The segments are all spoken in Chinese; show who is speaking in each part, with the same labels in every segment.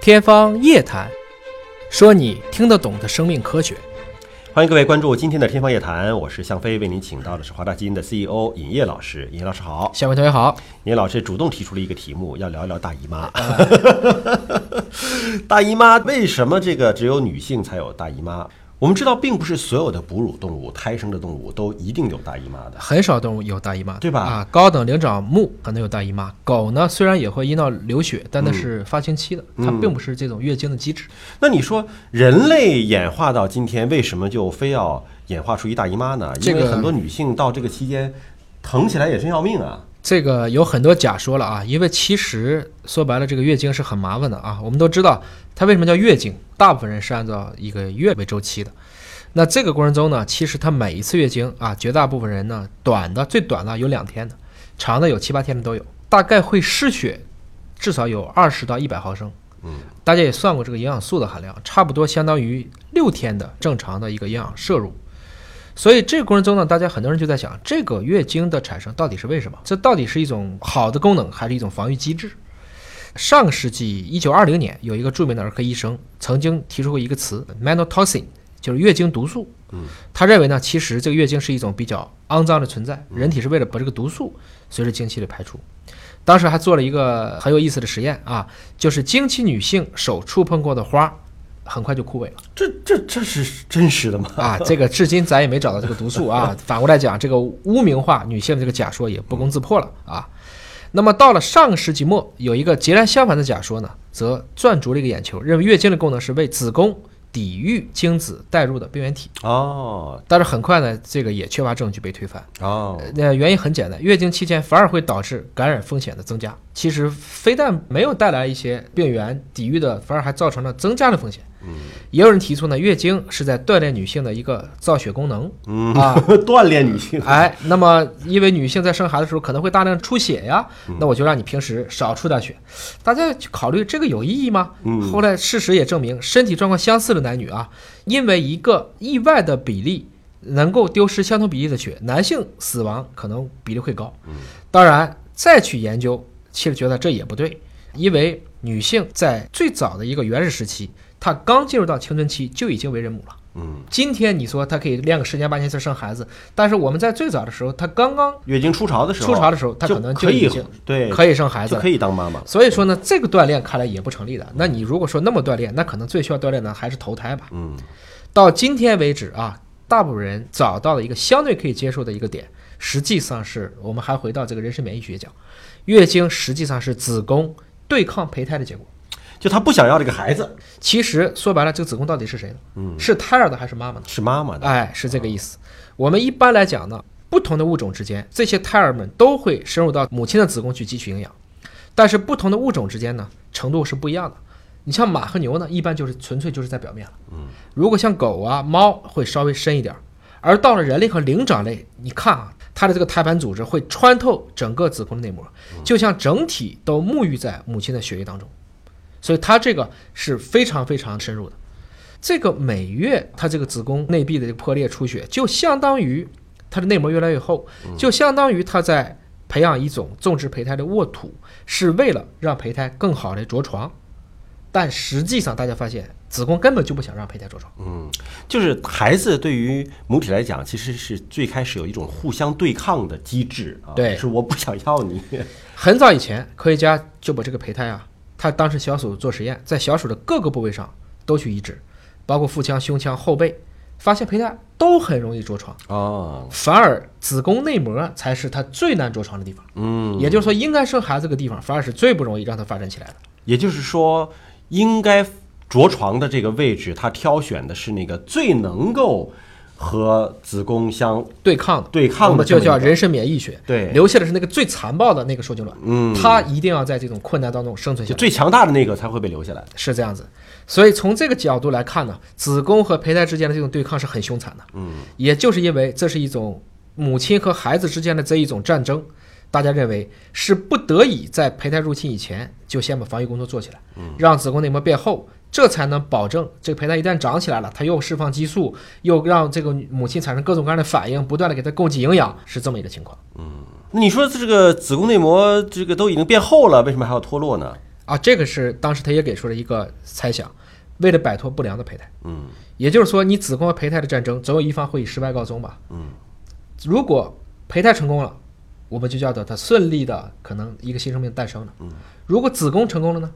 Speaker 1: 天方夜谭，说你听得懂的生命科学。
Speaker 2: 欢迎各位关注今天的《天方夜谭》，我是向飞，为您请到的是华大基因的 CEO 尹烨老师。尹烨老师好，
Speaker 1: 小明同学好，
Speaker 2: 尹烨老师主动提出了一个题目，要聊一聊大姨妈。 大姨妈为什么这个只有女性才有大姨妈？我们知道，并不是所有的哺乳动物、胎生的动物都一定有大姨妈的。
Speaker 1: 很少动物有大姨妈的，
Speaker 2: 对吧
Speaker 1: 啊，高等灵长目可能有大姨妈，狗呢虽然也会阴道流血，但
Speaker 2: 嗯
Speaker 1: 那是发情期的，它并不是这种月经的机制。
Speaker 2: 那你说，人类演化到今天，为什么就非要演化出一大姨妈呢？
Speaker 1: 这
Speaker 2: 因
Speaker 1: 个
Speaker 2: 为很多女性到这个期间，疼起来也真要命啊。
Speaker 1: 这个有很多假说了啊，因为其实说白了，这个月经是很麻烦的啊。我们都知道它为什么叫月经，大部分人是按照一个月为周期的。那这个过程中呢，其实它每一次月经啊，绝大部分人呢，短的最短的有两天的，长的有七八天的都有，大概会失血，至少有二十到一百毫升。
Speaker 2: 嗯，
Speaker 1: 大家也算过这个营养素的含量，差不多相当于六天的正常的一个营养摄入。所以这个过程中呢，大家很多人就在想，这个月经的产生到底是为什么？这到底是一种好的功能，还是一种防御机制？上世纪一九二零年，有一个著名的儿科医生曾经提出过一个词 “menotoxin”，就是月经毒素。
Speaker 2: 嗯，
Speaker 1: 他认为呢，其实这个月经是一种比较肮脏的存在，人体是为了把这个毒素随着经期的排出。当时还做了一个很有意思的实验啊，就是经期女性手触碰过的花，很快就枯萎了。
Speaker 2: 这这这是真实的吗？
Speaker 1: 啊，这个至今咱也没找到这个毒素啊。 反过来讲，这个污名化女性的这个假说也不攻自破了啊。那么到了上世纪末，有一个截然相反的假说呢，则转逐了一个眼球，认为月经的功能是为子宫抵御精子带入的病原体。
Speaker 2: 哦
Speaker 1: 但是很快呢，这个也缺乏证据被推翻。
Speaker 2: 哦，
Speaker 1: 那、呃原因很简单，月经期间反而会导致感染风险的增加。其实非但没有带来一些病原抵御的，反而还造成了增加的风险。
Speaker 2: 嗯
Speaker 1: 也有人提出呢，月经是在锻炼女性的一个造血功能。
Speaker 2: 嗯，
Speaker 1: 啊
Speaker 2: 锻炼女性。
Speaker 1: 哎，那么因为女性在生孩子的时候可能会大量出血呀，那我就让你平时少出点血。大家去考虑这个有意义吗？
Speaker 2: 嗯
Speaker 1: 后来事实也证明，身体状况相似的男女啊，因为一个意外的比例能够丢失相同比例的血，男性死亡可能比例会高。当然，再去研究，其实觉得这也不对，因为女性在最早的一个原始时期，她刚进入到青春期就已经为人母了。
Speaker 2: 嗯，
Speaker 1: 今天你说她可以练个十年八年就生孩子，但是我们在最早的时候，她刚刚
Speaker 2: 月经初潮的时
Speaker 1: 初
Speaker 2: 候，
Speaker 1: 潮的时候，她
Speaker 2: 就
Speaker 1: 可能
Speaker 2: 可
Speaker 1: 就已
Speaker 2: 以
Speaker 1: 经
Speaker 2: 对，
Speaker 1: 可以生孩子
Speaker 2: 就
Speaker 1: 了
Speaker 2: 可。以当妈妈。
Speaker 1: 所以说呢，这个锻炼看来也不成立的。那你如果说那么锻炼，那可能最需要锻炼的还是投胎吧。
Speaker 2: 嗯
Speaker 1: 到今天为止啊，大部分人找到了一个相对可以接受的一个点，实际上是我们还回到这个人身免疫学讲，月经实际上是子宫对抗胚胎的结果。
Speaker 2: 就她不想要这个孩子，
Speaker 1: 其实说白了，这个子宫到底是谁的？
Speaker 2: 嗯，
Speaker 1: 是胎儿的还是妈妈的？
Speaker 2: 是妈妈的。
Speaker 1: 哎，是这个意思。我们一般来讲呢，不同的物种之间，这些胎儿们都会深入到母亲的子宫去汲取营养，但是不同的物种之间呢，程度是不一样的。你像马和牛呢，一般就是纯粹就是在表面了。嗯，如果像狗啊、猫会稍微深一点儿，而到了人类和灵长类，你看啊，它的这个胎盘组织会穿透整个子宫的内膜，就像整体都沐浴在母亲的血液当中，所以它这个是非常非常深入的。这个每月它这个子宫内壁的这个破裂出血，就相当于它的内膜越来越厚，就相当于它在培养一种种植胚胎的沃土，是为了让胚胎更好的着床。但实际上，大家发现子宫根本就不想让胚胎着床。
Speaker 2: 嗯，就是孩子对于母体来讲，其实是最开始有一种互相对抗的机制啊，
Speaker 1: 对
Speaker 2: 就是我不想要 你。
Speaker 1: 很早以前，科学家就把这个胚胎啊，他当时小鼠做实验，在小鼠的各个部位上都去移植，包括腹腔、胸腔、后背，发现胚胎都很容易着床，
Speaker 2: 哦，
Speaker 1: 反而子宫内膜才是它最难着床的地方。
Speaker 2: 嗯，
Speaker 1: 也就是说，应该生孩子这个地方，反而是最不容易让它发展起来的。
Speaker 2: 也就是说，应该着床的这个位置，她挑选的是那个最能够和子宫相
Speaker 1: 对抗的，
Speaker 2: 对抗
Speaker 1: 我
Speaker 2: 的
Speaker 1: 们
Speaker 2: 这
Speaker 1: 就
Speaker 2: 么一
Speaker 1: 叫
Speaker 2: 个
Speaker 1: 人身免疫学，
Speaker 2: 对
Speaker 1: 留下的是那个最残暴的那个受精卵，
Speaker 2: 嗯，
Speaker 1: 它一定要在这种困难当中生存下
Speaker 2: 就
Speaker 1: 来，
Speaker 2: 最强大的那个才会被留下来。
Speaker 1: 是这样子。所以从这个角度来看呢，子宫和胚胎之间的这种对抗是很凶残的，
Speaker 2: 嗯，
Speaker 1: 也就是因为这是一种母亲和孩子之间的这一种战争，大家认为是不得已在胚胎入侵以前就先把防御工作做起来，让子宫内膜变厚，这才能保证这个胚胎一旦长起来了，它又释放激素，又让这个母亲产生各种各样的反应，不断的给它供给营养，是这么一个情况。
Speaker 2: 那你说这个子宫内膜这个都已经变厚了，为什么还要脱落呢？
Speaker 1: 啊，这个是当时他也给出了一个猜想，为了摆脱不良的胚胎，
Speaker 2: 嗯
Speaker 1: 也就是说，你子宫和胚胎的战争，总有一方会以失败告终吧？
Speaker 2: 嗯，
Speaker 1: 如果胚胎成功了，我们就叫做它顺利的可能一个新生命诞生了。嗯，如果子宫成功了呢？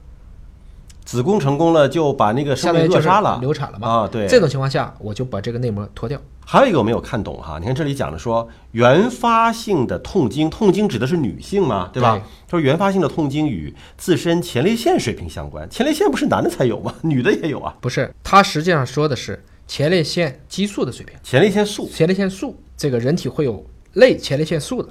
Speaker 2: 子宫成功了就把那个
Speaker 1: 下
Speaker 2: 生
Speaker 1: 面
Speaker 2: 命
Speaker 1: 就
Speaker 2: 扼
Speaker 1: 是
Speaker 2: 杀了，
Speaker 1: 流产了嘛？
Speaker 2: 啊，对，
Speaker 1: 这种情况下，我就把这个内膜脱掉。
Speaker 2: 还有一个我没有看懂哈，你看这里讲的说原发性的痛经，痛经指的是女性嘛，对吧？
Speaker 1: 对
Speaker 2: 他说原发性的痛经与自身前列腺水平相关，前列腺不是男的才有吗？ 女的也有啊。
Speaker 1: 不是，它实际上说的是前列腺激素的水平。
Speaker 2: 前列腺素，
Speaker 1: 前列腺素，这个人体会有类前列腺素的。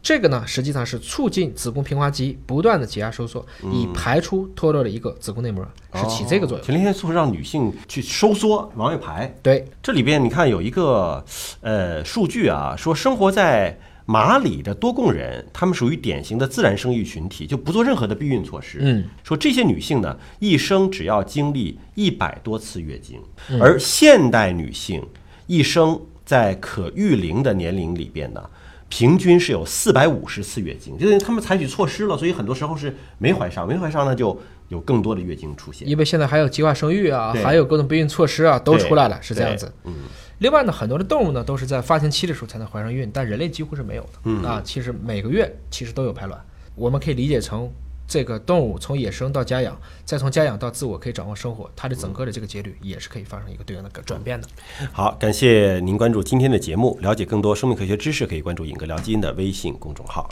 Speaker 1: 这个呢，实际上是促进子宫平滑肌不断的挤压收缩，
Speaker 2: 嗯
Speaker 1: 以排出脱落的一个子宫内膜，
Speaker 2: 哦
Speaker 1: 是起这个作用。
Speaker 2: 前列腺素是让女性去收缩往外排。
Speaker 1: 对，
Speaker 2: 这里边你看有一个呃数据啊，说生活在马里的多贡人，他们属于典型的自然生育群体，就不做任何的避孕措施。
Speaker 1: 嗯，
Speaker 2: 说这些女性呢，一生只要经历一百多次月经，而现代女性一生在可育龄的年龄里边呢。平均是有四百五十次月经，就是他们采取措施了，所以很多时候是没怀上，没怀上呢就有更多的月经出现。
Speaker 1: 因为现在还有计划生育啊，
Speaker 2: 对
Speaker 1: 还有各种避孕措施啊，都出来了，
Speaker 2: 对
Speaker 1: 是这样子。嗯。另外呢，很多的动物呢都是在发情期的时候才能怀上孕，但人类几乎是没有的。嗯啊，其实每个月其实都有排卵，我们可以理解成这个动物从野生到家养，再从家养到自我可以掌握生活，它的
Speaker 2: 嗯
Speaker 1: 整个的这个节律也是可以发生一个对应的转变的。
Speaker 2: 好，感谢您关注今天的节目。了解更多生命科学知识，可以关注“尹哥聊基因”的微信公众号。